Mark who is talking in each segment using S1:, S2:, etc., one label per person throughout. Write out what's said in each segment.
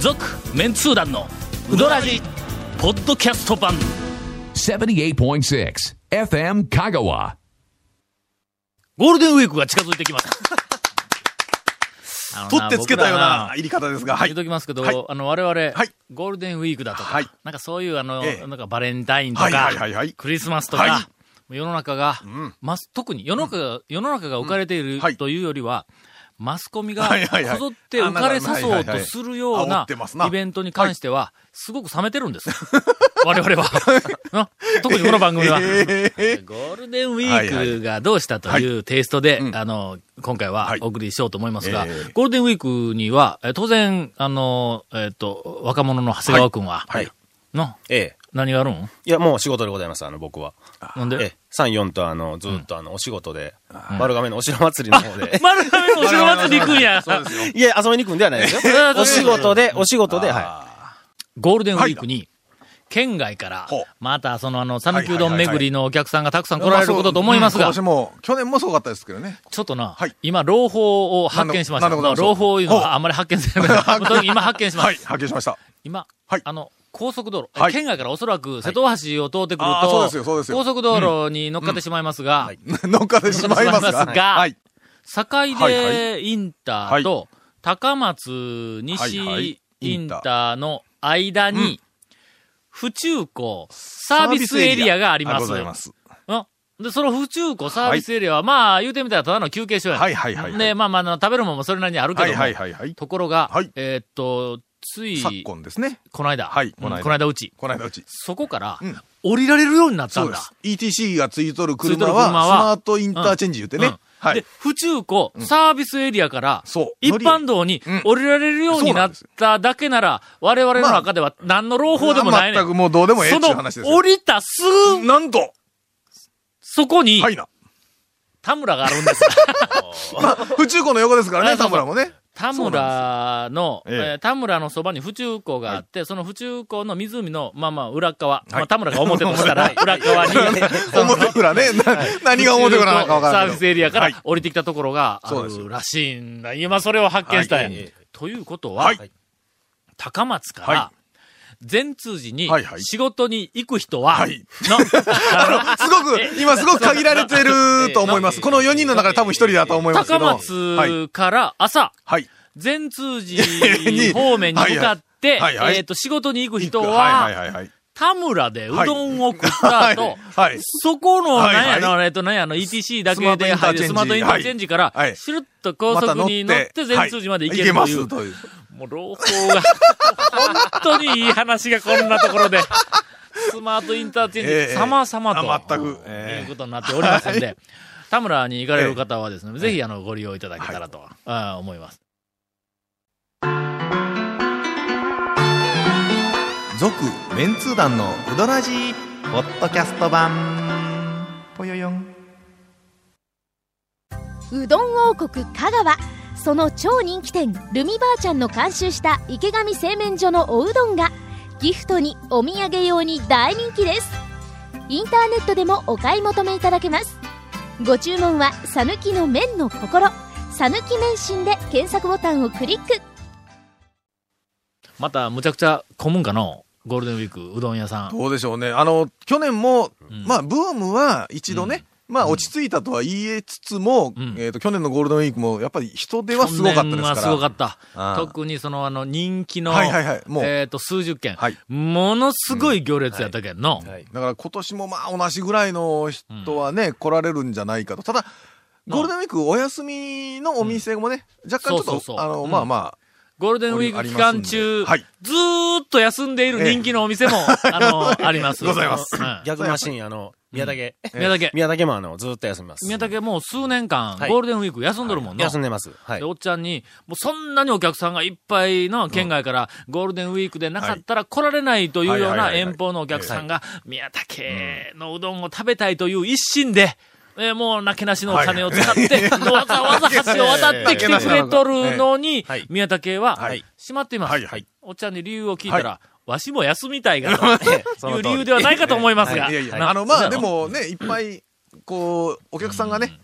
S1: 続メンツー団のウドラジポッドキャスト版
S2: 78.6 FM Kagawa.
S1: ゴールデンウィークが近づいてき ました
S3: 取ってつけたような入り方ですが、は
S4: 言
S3: い
S4: っ。ときますけど、
S3: はい
S4: あの、我々、
S3: はい
S4: ゴールデンウィークだとか、
S3: はい
S4: なんかそういう、あの、
S3: ええ
S4: なんかバレンタインとか、
S3: はいはいはいはい
S4: クリスマスとか、
S3: は
S4: 世の中が、ます特に世の中が、世の中が浮かれている
S3: はい
S4: というよりは、マスコミが
S3: はいはいはい
S4: こぞって浮かれさそうとするよう
S3: あなんかはい
S4: な
S3: はいはいはい煽ってますな
S4: イベントに関しては、すごく冷めてるんです。我々は。 な特にこの番組は。
S3: えー
S4: ゴールデンウィークがどうしたというテイストで、あの、今回は
S3: はい
S4: お送りしようと思いますが、
S3: えー
S4: ゴールデンウィークには、え当然、あの、えっ、と、若者の長谷川くんは、
S5: はい。
S4: の、
S5: ええ。
S4: 何があるん
S5: いや、もう仕事でございます、あの、僕は。
S4: なん
S5: え
S4: で
S5: え。3、4と、あの、ずっと、あの、お仕事で、丸亀のお城祭りの方で。
S4: 丸亀のお城祭り行くんや。。
S3: そうですよ。
S5: いや、遊びに行くんではないですよ お仕事で、お仕事で、は
S4: ゴールデンウィークに、県外から
S3: ほう、
S4: またそのあの、讃岐うどん巡りのお客さんがたくさん来られることと思います
S3: ま
S4: が
S3: あ、そううん今年も、去年もすごかったですけどね。
S4: ちょっとな、
S3: はい
S4: 今、朗報を発見しました。
S3: なんでなんで
S4: 朗報いうの
S3: ほう
S4: はあんまり発見せ ない。とにかく今発見しました
S3: はい、。発見しました。
S4: 今、
S3: はい
S4: あの、高速道路、
S3: はい
S4: 県外からおそらく瀬戸大橋を通ってくると、
S3: あーそうですよそうですよ
S4: 高速道路に乗っかってしまいますが、
S3: 乗っかってしまいます
S4: 乗っかってしまい
S3: が。
S4: ますが
S3: はい。
S4: 境
S3: はいは
S4: 出インターと高松
S3: はいはい
S4: 西イ
S3: イ
S4: ン
S3: ンター
S4: ターの間に、府中湖サービスエリアがあります。
S3: ございます。
S4: うんで、その府中湖サービスエリアは、まあ、言うてみたらただの休憩所やねん
S3: はいはいはいはい
S4: で、まあまああの、食べるもんもそれなりにあるけど
S3: は
S4: も、
S3: いはいはいはい。
S4: ところが、
S3: はい
S4: えーっと、つい、
S3: 昨今ですね。
S4: この間、
S3: はい
S4: こ
S3: こ
S4: の
S3: の
S4: 間
S3: 間
S4: この間うち、
S3: この間うち。
S4: そこから
S3: うん、
S4: 降りられるようになった
S3: そ
S4: ん
S3: うで
S4: だ。
S3: す。ETC がついとる
S4: ついと
S3: 車
S4: る
S3: は、
S4: 車は
S3: スマートインターチェンジ言って
S4: う
S3: ね
S4: ん。
S3: はい
S4: で。、府中湖、サービスエリアから、
S3: そう
S4: 一般道に
S3: うん
S4: 降りられるようになっただけなら、我々の中では何の朗報でもないねん。
S3: 全くもうどうでもええっていう話で
S4: そ
S3: す
S4: の、降
S3: よ。
S4: りたすぐ、
S3: なんと
S4: そこに
S3: は、いな。
S4: 田村があるん です。
S3: まあ、府中湖の横ですから
S4: はい
S3: ね、
S4: そうそ
S3: 田
S4: う
S3: 村もね。
S4: 田村の、
S3: そうなんですよええ
S4: えー田村のそばに府中湖があって、その府中湖の湖の、まあまあ、裏側、まあ田村が表と したら、裏側に、
S3: 表裏ね。な何が表裏なのかわから
S4: サー
S3: ない
S4: ビ
S3: けど。
S4: スエリアか
S3: はい
S4: ら降りてきたところがあ
S3: そうです
S4: るらしいんだ。今それを発見したんや。
S3: はい
S4: ということは、
S3: はい。
S4: 高松か
S3: は
S4: ら、全通寺に
S3: はいはい
S4: 仕事に行く人は、
S3: はい
S4: の
S3: あの、すごく、今すごく限られてると思います。この4人の中で多分1人だと思いますけ
S4: 高
S3: ど。はい。
S4: 松から朝、
S3: はい。
S4: 全通
S3: に
S4: 寺方面に向かって、
S3: はいはい
S4: えっ、と、仕事に行く人
S3: 行
S4: は、
S3: くはいはいはいはい。
S4: 田村でうどんを食った後、
S3: はいはい
S4: そこの、
S3: はい
S4: なんやの、
S3: は
S4: えっと、なんやの、ETC だけで入るス
S3: ス
S4: マート
S3: マート
S4: イ
S3: イ
S4: ン
S3: ン
S4: ター
S3: ター
S4: チ
S3: チ
S4: ェ
S3: ェ
S4: ン
S3: ン
S4: ジ
S3: ジ
S4: から、
S3: はい
S4: シュルッと高速に乗って全通寺まで行けると
S3: ま
S4: いう
S3: す、という。
S4: もう朗報が、本当にいい話がこんなところ で、スマートインターチェンジ、
S3: ええ
S4: 様々と、
S3: あ全くええ
S4: いうことになっておりますんで、田村に行かれる方はですね、ぜひあのご利用いただけたらと、ああ思います。
S3: 続、メンツー団のうどらじポッドキャスト版。ぽよよん。
S6: うどん王国香川その超人気店ルミばあちゃんの監修した池上製麺所のおうどんがギフトにお土産用に大人気ですインターネットでもお買い求めいただけますご注文は「さぬきの麺の心」「さぬき麺心」で検索ボタンをクリック
S4: また、むちゃくちゃ古文化のゴールデンウィークうどん屋さん、
S3: どうでしょうね。あの、去年も、
S4: ん
S3: まあ、ブームは一度ね、まあ、落ち着いたとは言えつつも、
S4: うん
S3: えっ、と、去年のゴールデンウィークも、やっぱり人手は すごかったです
S4: 去年
S3: から。
S4: はすごかった。
S3: ああ
S4: 特にその、あの、人気の、
S3: はいはいはいもう
S4: えっ、と、数十件、
S3: はい
S4: ものすごい行列やったけんの、
S5: い。はい。
S3: だから今年もまあ同じぐらいの人はね、来られるんじゃないかと。ただ、ゴールデンウィークお休みのお店もね、若干ちょっと、
S4: そうそうそう
S3: あの、
S4: うん
S3: まあま
S4: ゴールデンウィーク期間中、
S3: ありますんではい
S4: ずーっと休んでいる人気のお店も、あの、あります。
S3: ございます
S4: うんうん
S5: 逆マシン、あの、宮武。
S4: 宮武、
S5: 宮武も、あの、ずっと休みます。
S4: 宮武もう数年間、
S5: はい
S4: ゴールデンウィーク休んどるもんの。
S5: 休んでます。はい
S4: で。おっちゃんに、もうそんなにお客さんがいっぱいの県外から、ゴールデンウィークでなかったら来られないというよう
S3: はいはいは
S4: ない
S3: はい
S4: 遠方のお客さんが、宮武のうどんを食べたいという一心で、えーもう、なけなしのお金を使って、 わざわざ橋を渡ってきてくれとるのに
S5: はい、
S4: 宮武は
S3: はい、
S4: 閉まっていま
S3: はい
S4: す
S3: はい。
S4: おっちゃんに理由を聞いたら、わしも休みたいが、
S5: ええ
S4: と
S5: そ
S4: い
S5: の
S4: う
S5: 通
S4: 理
S5: り
S4: 由ではないかと思います
S3: あ、
S4: が。
S3: いやいや、
S4: な
S3: あの、まあ
S4: な
S3: でもね、いっぱい、こう、お客さんがね、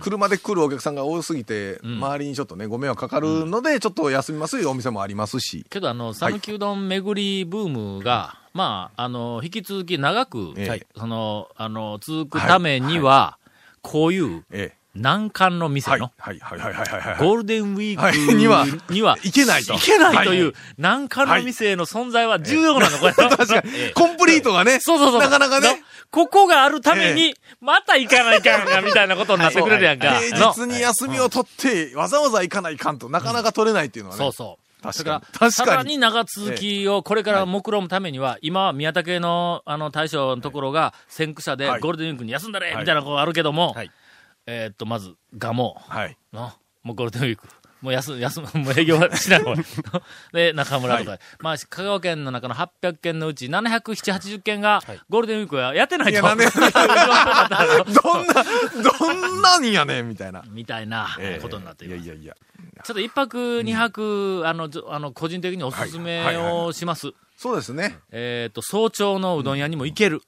S3: 車で来るお客さんが多すぎて、周りにちょっとね、ご迷惑かかるので、ちょっと休みますよお店もありますし。
S4: けど、あの、讃岐うどん巡りブームが、まあ、あの、引き続き長く、
S3: ええ
S4: その、あの、続くためには、こういう、
S3: ええ。
S4: 難関の店
S3: はい。
S4: の、
S3: はい。はい。はい。はい。はい。はい。
S4: ゴールデンウィー
S3: は
S4: ク
S3: いには
S4: には、
S3: いけないと
S4: いけないとい
S3: は
S4: う、難関の店への存在は重要なの、これ。確か に。
S3: コンプリートがね、
S4: そうそうそう。
S3: なかなかね
S4: の。ここがあるために、また行かないかんが、みたいなことになってくれるやんか。
S3: 平
S4: の
S3: 日に休みを取って、わざわざ行かないかんとなかなか取れないっていうのはね。
S4: そうそう。
S3: 確かに
S4: だか、
S3: 確からに
S4: さらに長続きをこれから目論むためには、今は宮武の、あの、大将のところが、先駆者で
S3: はい
S4: ゴールデンウィークに休んだれ、
S3: はい
S4: みたいなことがあるけども、
S5: はい
S4: えーっと、まず、ガモ、
S3: はい。
S4: の、もうゴールデンウィーク。もう休む、休む、もう営業はしないもん。 で、中村とか。まあ、香川県の中の800件のうち、770、80件が、ゴールデンウィークはやってないと。
S3: いや、なんで、どんな、どんなんやねん、みたいな。
S4: みたいな
S3: ええ
S4: ことになってい
S3: い
S4: ま
S3: や
S4: す。
S3: いやいや。
S4: ちょっと一泊、二泊、あの、ずあの、個人的におすす
S3: はい
S4: め
S3: はいはい
S4: をします。
S3: そうですね。
S4: えっと、早朝のうどん屋にも行ける。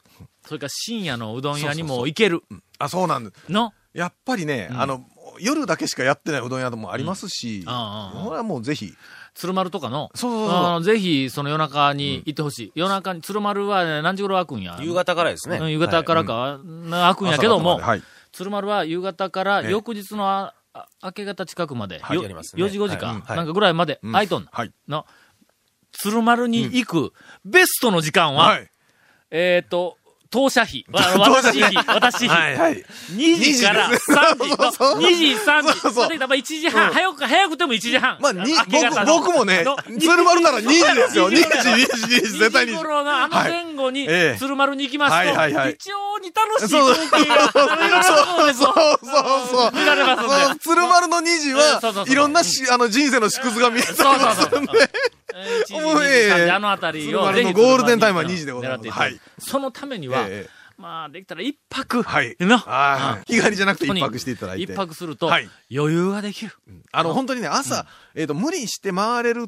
S4: それから深夜のうどん屋にも行ける。
S3: あ、そうなんです。
S4: の、
S3: やっぱりね、あの、夜だけしかやってないうどん屋もありますし、こ
S4: ああああ
S3: れはもうぜひ、
S4: 鶴丸とかの、
S3: そうそうそうそう
S4: あのぜひ、その夜中に行ってほしい。夜中に、鶴丸はね何時頃開くんや
S5: 夕方からですね。
S4: うん夕方からか、な開くんやけども、
S3: 朝方まではい。
S4: 鶴丸は夕方から
S3: ええ
S4: 翌日のああ明け方近くまで、
S5: はい
S4: よ
S5: やりますね
S4: 4時5時か、
S5: はいうんはい
S4: なんかぐらいまで
S3: うん
S4: 空いとんの。
S3: はい。
S4: の鶴丸に行く、ベストの時間は、
S3: はい。
S4: えっ、と、当社費、わ私費、私費、
S3: はい。はい。
S4: 2時から3時、
S3: そうそうそう
S4: 2時、3時、
S3: そうそう
S4: まあ1時半、
S3: うん
S4: 早く、早くても1時半。
S3: まあ、に
S4: 明け方の
S3: 僕、僕もね
S4: の、
S3: 鶴丸なら2時ですよ。
S4: 2
S3: 2時、
S4: 時
S3: 2
S4: から
S3: 時、2時、絶対
S4: 2
S3: 2
S4: 時
S3: 時。
S4: 頃のあの前後に
S3: はいええ
S4: 鶴丸に行きますと、
S3: はいはいはい
S4: 非常に楽しい
S3: そう
S4: 光景が
S3: そうそうそうそう。
S4: 見られますんで
S3: そう鶴丸の2時
S4: うんそうそう
S3: は、
S4: そう
S3: いろんなし、あの、人生の縮図が見えて
S4: そうそう
S3: ま
S4: そう
S3: すんで。
S4: えー1時、
S3: もう
S4: 2時3
S3: ええ
S4: 時、あのあたり
S3: 鶴
S4: を、
S3: 丸
S4: ぜ
S3: の
S4: ひ。
S3: ゴールデンタイムは2時でございま
S4: 狙
S3: す
S4: っていただいて
S3: はい
S4: そのためには、
S3: ええ
S4: まあ、できたら一泊。
S3: はい。
S4: の
S3: はい日帰りじゃなくて一泊していただいて。
S4: 一泊すると、
S3: はい
S4: 余裕ができる。
S3: あの、本当にね、朝、えっと、無理して回れる。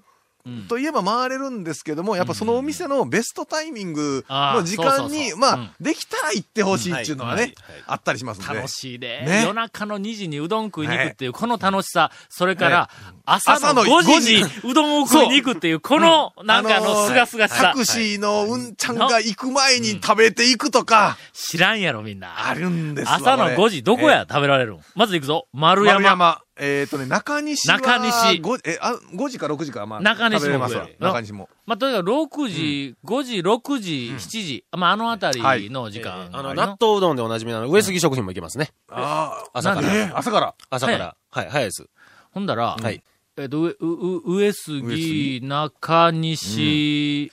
S3: といえば回れるんですけども、やっぱそのお店のベストタイミングの時間
S4: あーそうそう
S3: に、
S4: そう
S3: ま
S4: うん
S3: あ、できたら行ってほしいっていうのは
S5: は
S3: ね
S5: いはい、
S3: あったりしますんで
S4: 楽。しいで、
S3: ね
S4: 夜中の2時にうどん食いに行くっていう、この楽しさ、それから、朝
S3: 朝
S4: の
S3: の
S4: 5時
S3: 5時
S4: にうどんを食いに行くっていう、この、なんかあの、
S3: ー
S4: すがすがしさ
S3: タ。クシーのうんちゃんが行く前に食べていくとか、
S4: 知らんやろ、みんな。
S3: あるんですわ
S4: 朝の
S3: これ
S4: 5時、どこや、食べられるんまず行くぞ。丸
S3: 丸
S4: 山。
S3: 山。えっ、とね、中西は。
S4: 中西
S3: ごえ、あ、5時か6時か、まあ。
S4: 中西も
S3: 食べれますわ
S4: 食える
S3: 中西も。
S4: まあ、とにかく6時、5時、6時、7時、まあ、あのあたりの時間。
S5: あの、納豆うどんでおなじみなの、上杉食品も行けますね。
S3: ああ、
S5: 朝か
S3: え
S5: ら。
S3: ー朝から。
S5: 朝から。はい、早いです。
S4: ほんだら、
S5: はい
S4: えっ、と、上、うう上
S3: 上
S4: 杉、
S3: 杉
S4: 中西、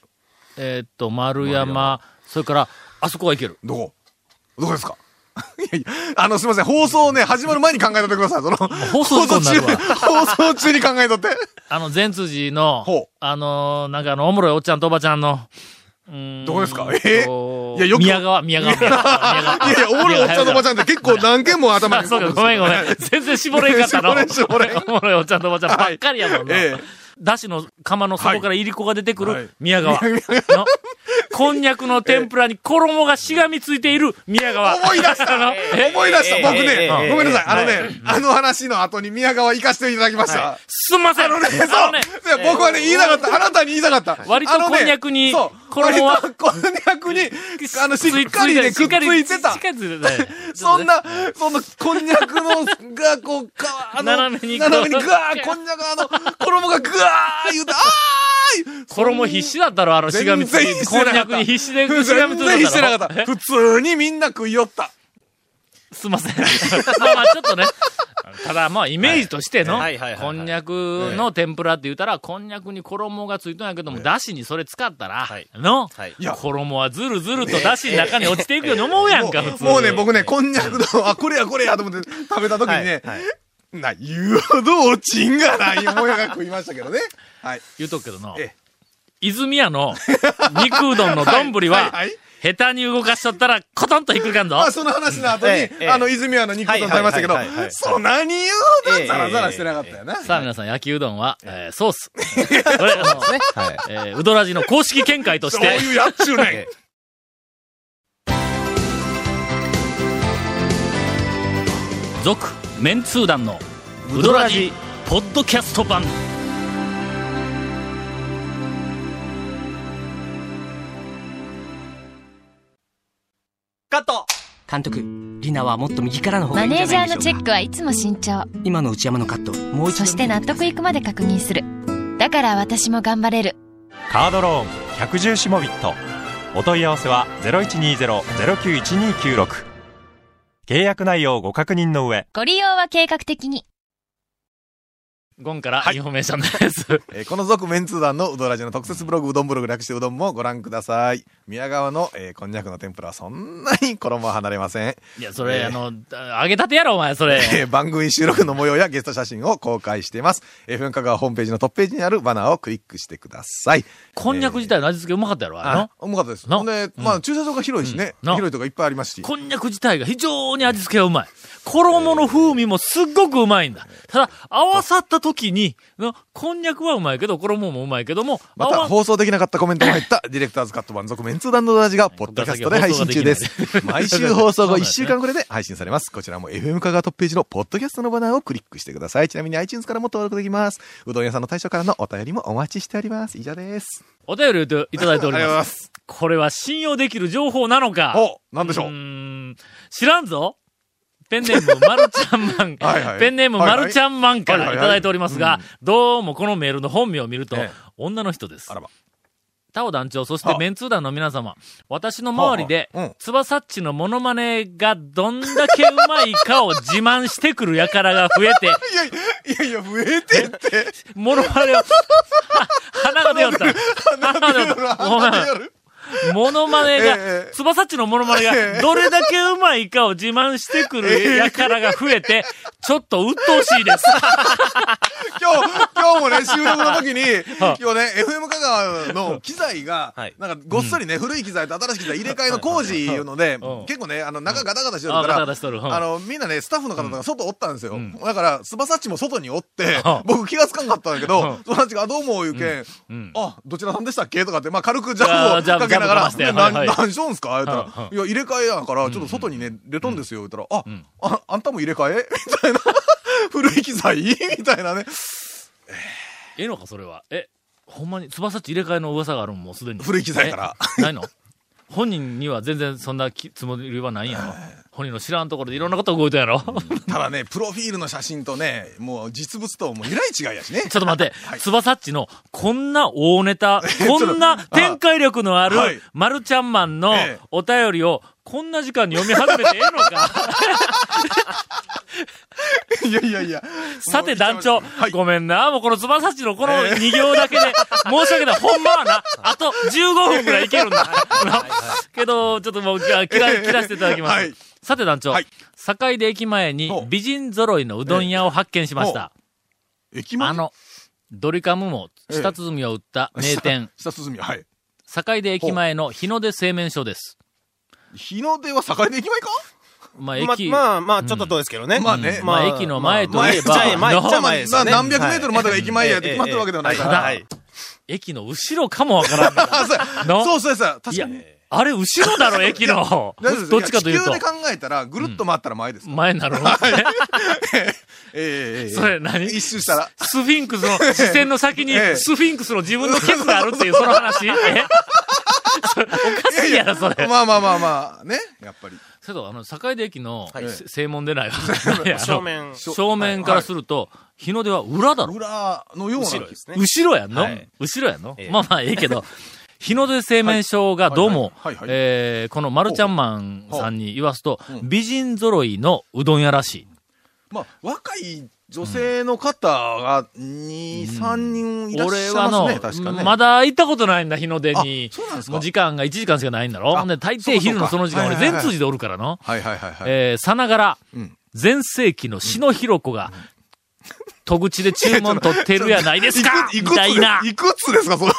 S4: えっ、と、丸山、それから、あそこはいける。
S3: どこどこですか いやいや、あの、すみません。放送ね、始まる前に考えとってください。その、
S4: 放送事故にな
S3: 中、
S4: るわ
S3: 放送中に考えとって。
S4: あの、善通寺の
S3: ほう、
S4: あのー、なんかあの、おもろいおっちゃんとおばちゃんの、うーん
S3: どこですかえ
S4: と
S3: いやよく
S4: 宮川、宮川。宮川
S3: いやいや、おもろいおっちゃんとおばち
S4: ゃん。
S3: ゃんって結構何件も頭
S4: あ、
S3: に。
S4: そうか、ごめんご めん。全然絞れんかったの。
S3: 絞れん絞れん
S4: おもろいおっちゃんとおばちゃんばっかりやもんな。
S3: ええ
S4: だしの釜の底からいりこが出てく
S3: は
S4: る
S3: い
S4: 宮川。
S3: 宮
S4: のこんにゃくの天ぷらに衣がしがみついている宮川。
S3: 思い出した
S4: あの え
S3: 思い出した、
S5: えー
S3: 僕ね、
S5: えー
S3: ごめんなさい、
S5: えー
S3: あのね、あの話の後に宮川行かせていただきました。
S4: すんません。あのね、
S3: そういや僕はね、言いたかった。あなたに言いたかった。
S4: 割と
S3: あのね
S4: こんにゃくに
S3: そう。
S4: 衣は
S3: 割とこんにゃくに、あの、しっかりね、くっついてた
S4: しっ。かりついてたね。
S3: そんな、その、こんにゃくの、が、こう、か、あの、
S4: 斜めにこう
S3: 斜めにぐわー、こんにゃく、あの、衣がぐわー、言うて、あ ーい
S4: 衣必死だったろ、あの、しがみついて。
S3: 全然
S4: こ
S3: して
S4: ん
S3: な
S4: に
S3: か
S4: ゃ
S3: っ
S4: く
S3: た
S4: に必死で
S3: 全
S4: しがみついてたろ。
S3: 然してなかった。普通にみんな食いよった。
S4: すいません。まあまあちょっとね。 ただまあイメージとしての
S5: はいはいはい、はい
S4: こんにゃくの天ぷらって言ったら、こんにゃくに衣がついてないけども、だしにそれ使ったら
S5: はい、
S4: の
S5: はい、
S3: いや
S4: 衣はずるずるとだしの中に落ちていくように思うやんか、普
S3: も
S4: 通。
S3: うもうね、僕ね、こんにゃくの、あ、これやこれやと思って食べた時にね、な、言うほど落ちんがないもやが食いましたけどね。はい。
S4: 言うとくけどの
S3: ええ、
S4: 泉屋 の肉うどんの丼
S3: はい
S4: は
S3: はいはい、
S4: 下手に動かしとったら、コトンとひっくり返んぞ
S3: まあ、。その話の後に、
S5: ええ
S3: あの、泉谷の肉うどん食べましたけど
S5: はいはいはいはいは、い
S3: そんなに言う
S5: え
S3: と
S5: え
S3: ザラザラしてなかったよな。
S4: さあ皆さん、焼きうどんは、えーソース。これ、あ のえーうどらじの公式見解とし
S3: そう
S4: て、
S3: いうやっちゅうねん。
S5: え
S4: 続、
S1: メンツー団のウドラジポッドキャスト版
S7: カット監督、リナはもっと右からの方が
S8: マ
S7: いいんじ
S8: ネー
S7: ゃな
S8: ジャ
S7: い
S8: ー
S7: で
S8: の
S7: し
S8: チ
S7: ょ
S8: ェ
S7: うか
S8: ックはいつも慎重
S7: 今の内山のカット、もう一度
S8: そして納得いくまで確認するだから私も頑張れる
S9: カードローン110シモビットお問い合わせは0120-091296契約内容をご確認の上
S8: ご利用は計画的に
S4: ゴンからインフォメーション です。
S3: えーこの続メンツー団のうどらじの特設ブログうどんブログ略してうどんもご覧ください宮川の、えーこんにゃくの天ぷらはそんなに衣は離れま せん、
S4: いや、それ、
S3: えー
S4: あの、あ揚げたてやろ、お前、それ。
S3: えー番組収録の模様やゲスト写真を公開しています FM 香川ホームページのトップページにあるバナーをクリックしてください
S4: こんにゃく自体の味付けうまかったやろ、あれの
S3: あうまかったです
S4: な
S3: ほんで、まあ駐車場が広いしね、
S4: うんな
S3: 広いとこいっぱいありますし
S4: こんにゃく自体が非常に味付けがうまい。衣の風味もすっごくうまいんだ。ただ、合わさった時に、のこんにゃくはうまいけど、衣もうまいけども、
S3: ま
S4: 合
S3: た
S4: わ
S3: 放送できなかったコメントも入 ったディレクターズカット版続メンツー団のラジがポッドキャストで配信中です。毎週放送後1週間くらいで配信されます。こちらも FM 香川トップページのポッドキャストのバナーをクリックしてください。ちなみに iTunes からも登録できます。うどん屋さんの対象からのお便りもお待ちしております。以上です。
S4: お便りをいただいており
S3: ありがとうござい
S4: ま。
S3: ます
S4: これは信用できる情報なのか
S3: お、なんでしょ
S4: うー
S3: う。
S4: ん知らんぞ。ペンネーム、まるちゃんマン
S3: はいはい
S4: ペンネーム、まるちゃんマンか
S3: は
S4: ら
S3: いはいい
S4: ただいておりますが、どうもこのメールの本名を見ると
S3: ええ、
S4: 女の人です
S3: あらば。
S4: タオ団長、そして
S3: あ
S4: メンツー団の皆様、私の周りで
S3: はあはあうん、
S4: つばさっちのモノマネがどんだけうまいかを自慢してくる輩が増えて、
S3: いやいや、増えてって。
S4: モノマネを、 は鼻が出よった。鼻が出よった。お前モノマネ
S3: え
S4: が
S3: え、
S4: つばさっちのモノマネ
S3: え
S4: が、
S3: え
S4: どれだけうまいかを自慢してく るやからが増えて、ちょっと鬱陶しいです。
S3: 今日、今日もね、収録の時 に、今日ね、FM 香川の機材が
S5: はい、
S3: なんかごっそりね、古い機材と新しい機材入れ替えの工事いうので
S4: うん、
S3: 結構ね、あの、中ガタガタしてる
S4: あ、
S3: か
S4: ガタ
S3: ら
S4: ガ、タしとる。うん
S3: あの、みんなね、スタッフの方が外おったんですよ。だから、スバサッチも外におって
S4: うん、
S3: 僕気がつかんかったんだけ
S4: う
S3: ど
S4: ん、
S3: スバサッチが、あどうも、いうけん
S4: うん、
S3: あ、どちらさんでしたっけとかって、まあ、軽くジ
S4: あ
S3: ャ
S4: ー
S3: ブ
S4: ジャ
S3: を
S4: ブ
S3: かけなが
S4: ジャブ飛ばして
S3: ら、ね
S4: はい
S3: な
S4: はい
S3: 何しようんすか言った
S4: うん
S3: ら、いや、入れ替えやから、ちょっと外にね、出とんですよ、言ったら、あ、あ、あんたも入れ替え みたいな。古い機材 みたいなね。
S4: ええのか、それは。え、ほんまに、つばさっち入れ替えの噂があるもん、もうすでに。
S3: 古い機材から
S4: え。ないの本人には全然そんなきつもりはないんやろ。本人の知らんところでいろんなこと動いたんやろ。
S3: ただね、プロフィールの写真とね、もう実物ともうえらい違いやしね。
S4: ちょっと待って
S3: は、い
S4: つばさっちの、こんな大ネ タ、こんな展開力のある
S3: はい、
S4: まるちゃんマンの
S3: ええ
S4: お便りを、こんな時間に読み始めてええの か
S3: いやいやいや。
S4: さて団長、
S3: はい
S4: ごめんな、もうこのつばさっちのこの
S3: ええ
S4: 2行だけ で、申し訳ない、ほんまはな、あと15分くらいいけるんだ。なけど、ちょっともう、じゃあ切ら、切らせていただきます。
S3: はい
S4: さて団長、
S3: はい
S4: 堺で駅前に
S3: ほう
S4: 美人揃いのうどん屋を発見しました。
S3: 駅前
S4: あの、ドリカムも舌鼓を打った名店。
S3: 下進み、はい。
S4: 堺で駅前の日の出製麺所です。
S3: 日の出は境で駅前か
S4: まあ、
S5: ま
S4: 駅、
S5: まあまあ、ちょっと遠いですけどね。
S3: まあね
S4: まあ駅の前といえば
S5: まあ前前
S4: の
S5: っちゃ前ですよね。
S3: まあ何百メートルまでが駅前やって
S5: はい
S3: 決まってるわけではないから
S5: はい
S4: 駅の後ろかもわ からんが
S3: あ、そうや。
S4: の
S3: そうそうそうや。
S4: い
S3: 確か
S4: や
S3: に。、
S4: あれ後ろだろ、駅の。
S3: 大丈夫です
S4: どっちかという
S3: や
S4: と
S3: 地球で、考えたら、ぐるっと回ったら前です。
S4: 前 なの。
S3: ええええええ
S4: それ何
S3: 一周したら。
S4: スフィンクスの視線の先に
S3: え、え
S4: スフィンクスの自分のケツがあるっていう、その 話えそれおかしいやろ、それ。
S3: まあまあまあまあ、ね。やっぱり。
S4: それと、あの、堺で駅の、
S5: い
S4: せ正門でないわ。いやあの
S5: 正面。
S4: 正面からすると、日の出は裏だろ。
S3: 裏のような。
S5: 後ろですね。
S4: 後ろやんの、
S5: はい
S4: 後ろやんの、
S5: ええ
S4: まあまあ、ええけど、日の出製麺所がどうも
S3: はいはいはいはいはい、
S4: えーこのマルちゃんマンさんに言わすと、
S3: う
S4: 美人揃いのうどん屋らしい。
S3: まあ、若い女性の方が、2、3人いらっ
S4: 俺
S3: しゃい
S4: は
S3: ますね。
S4: の
S3: 確かね。
S4: まだ行ったことないんだ、日の出に。
S3: あそうなんですか
S4: もう時間が1時間しかないんだろ
S3: あ
S4: ほんで、大
S3: そう
S4: 抵
S3: かそうか
S4: 昼のその時間、
S3: は
S4: 俺
S3: いはいはい
S4: 全通じでおるからの。
S3: はいはいはいはい。
S4: えーさながら
S3: うん、
S4: 全盛期の篠弘子が、戸口で注文取ってるやないですか
S3: い
S4: み
S3: くつ
S4: たいな。
S3: いくつですか、そ の。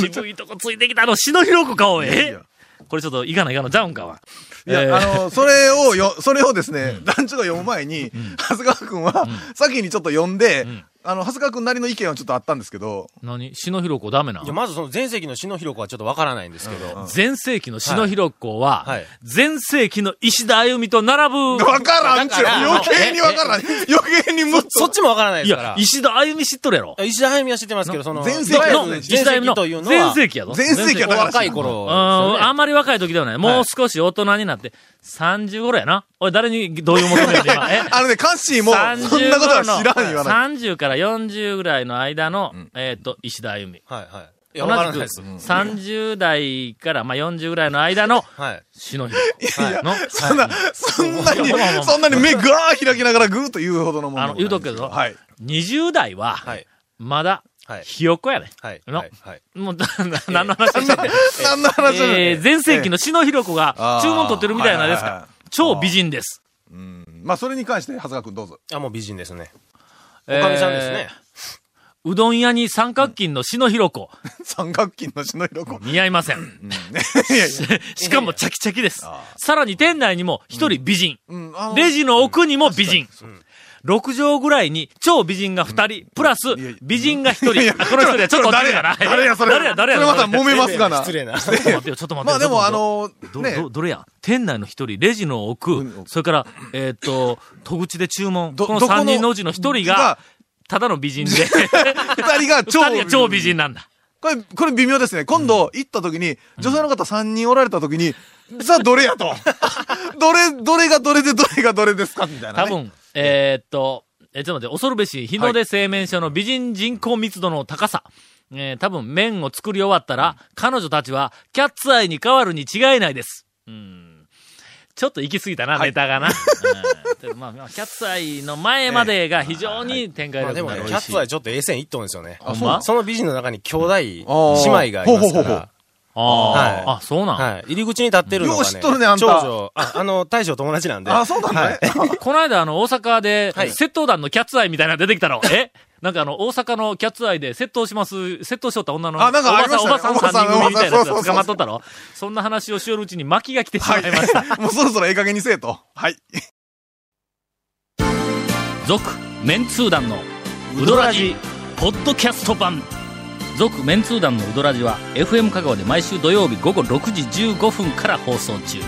S4: 渋いとこついてきたあの、篠弘子か、おい。
S3: いや
S4: これちょっと、いかないかの、ジャウンかは。
S3: いや、
S4: えー
S3: あの、それをよ、それをですね、団長が読む前に、長谷川くんは、先にちょっと読んで、あの、長谷川くんなりの意見はちょっとあったんですけど、
S4: 何篠広子ダメない
S5: や、まずその前世紀の篠広子はちょっとわからないんですけど、
S4: 前世紀の篠広子は
S5: はいはい、
S4: 前世紀の石田歩みと並ぶ、
S3: わからんちゅう。
S5: だから
S3: 余計にわからん。余計にもっと。
S5: そっちもわからない
S4: い
S5: ですか
S4: や
S5: ら、。
S4: 石田歩み知っとるやろ。
S5: 石田早見は知ってますけど、その、
S3: 前世紀
S5: 前
S3: の
S5: 前
S4: 石田歩
S5: 世
S4: み
S5: 紀
S4: の
S5: という、のは、
S4: 前世紀やぞ。
S3: 前世紀や
S5: お
S3: だか
S5: 若
S3: ら
S5: い頃
S4: う
S5: ですよ
S4: ん、
S5: ね。
S4: あんまり若い時ではない。もう少し大人になって、30頃やな。おい、誰に同意を求めるんだ今。え
S3: あのね、カッシーも、そんなことは知らん言わない。
S4: 30から40ぐらいの間の、えっ、と、石田歩み。
S5: はいはい。いや、
S4: 同
S5: わから
S4: じ
S5: ない
S4: く
S5: です。
S4: 30代から、まあ、40ぐらいの間の、
S5: はい。
S4: 篠のはいの、
S3: そんな、そんなに
S4: まあまあま、あ
S3: そんなに目がー開きながらグーと言うほどのもの
S4: あの、
S3: でもない
S4: 言うとくけど、
S3: はい。
S4: 20代
S5: は、
S4: はいまだ、
S5: はい。
S4: ひよこやね。
S5: はい。
S4: の
S5: はい。はい。
S4: もう、なな何の話してんねん
S3: 何の話なの
S4: えー前世紀の篠広子が
S3: あー
S4: 注文取ってるみたいなです
S3: はいはい
S4: か
S3: はい
S4: 超美人です。
S3: まあ、それに関して、長谷川くんどうぞ。
S5: あ、もう美人ですね。お
S4: えー
S5: かみさんですね。
S4: うどん屋に三角筋の篠広子、
S3: 三角筋の篠色 子。
S4: 似合いません。しかもチャキチャキです。さらに店内にも一人美人。
S3: うん、あの
S4: レジの奥にも美人。6畳ぐらいに超美人が2人、プラス
S3: いやいや
S4: 美人が1人。あこの人でちょっと落ちるかな。
S3: 誰や、それ。
S4: 誰や、誰や。
S3: それまた
S4: ちょっ
S3: 揉めますがな。
S5: 失 礼な。
S4: と待ってよ、ちょっと待ってよ。
S3: まあでも、あの
S4: ど、
S3: ね
S4: ど、、どれや店内の一人、レジの奥、それから、えーっと、戸口で注文。
S3: ど
S4: この
S3: どこの
S4: 三人のうちの一人が
S3: が、
S4: ただの美人で、
S3: 二人が
S4: 二
S3: 超
S4: 人が超美人なんだ。
S3: これ、これ微妙ですね。今度行った時に、女性の方3人おられた時に、さあどれやと。 どれ、どれがどれでどれがどれですかみたい
S4: 多
S3: な、ね。
S4: 分、えーっと、えちょっと待って、恐るべし、日の出製麺所の美人人口密度の高さ。えー多分、麺を作り終わったら、彼女たちは、キャッツアイに変わるに違いないです。うん。ちょっと行き過ぎたな、ネタがな。 うんまあ、まあキャッツアイの前までが非常に展開
S5: まあ
S4: 力
S5: でも
S4: があ
S5: ね
S4: る、
S5: キャッツはちょっと A 線一トンですよね。
S4: あそうなん
S5: その美人の中に兄弟、姉妹がいま
S3: ほうほう
S5: す
S3: ほ
S5: か
S3: うほ
S5: ら
S3: う。
S4: ああ、
S5: はい
S4: あ、そうなん、
S5: はい。入り口に立ってるのが、ね。
S3: よう知っとるねあんた
S5: 長女。あ、あの、大将友達なんで。
S3: あ、そうなんだね。
S4: この間、あの、大阪で、
S5: はい
S4: 窃盗団のキャッツアイみたいなの出てきたの。えなんかあの、大阪のキャッツアイで窃盗します、窃盗しとった女の、
S3: あなんかありま
S4: おばさ
S3: した
S4: ん、
S3: ね
S4: おばさん3人組みたいなやつ
S3: おばさんそうそ
S4: が
S3: うそうそう
S4: 捕まっとったろそんな話をしよるうちに巻きが来てしま
S3: はい
S4: ました。
S3: い。もうそろそろええ加減にせえと。はい。
S4: 続、メンツー団の、ウドラジ、ポッドキャスト版。続、メンツー団のウドラジは、FM 香川で毎週土曜日午後6時15分から放送中。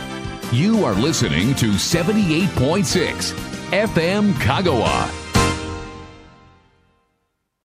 S2: You are listening to 78.6 FM Kagawa.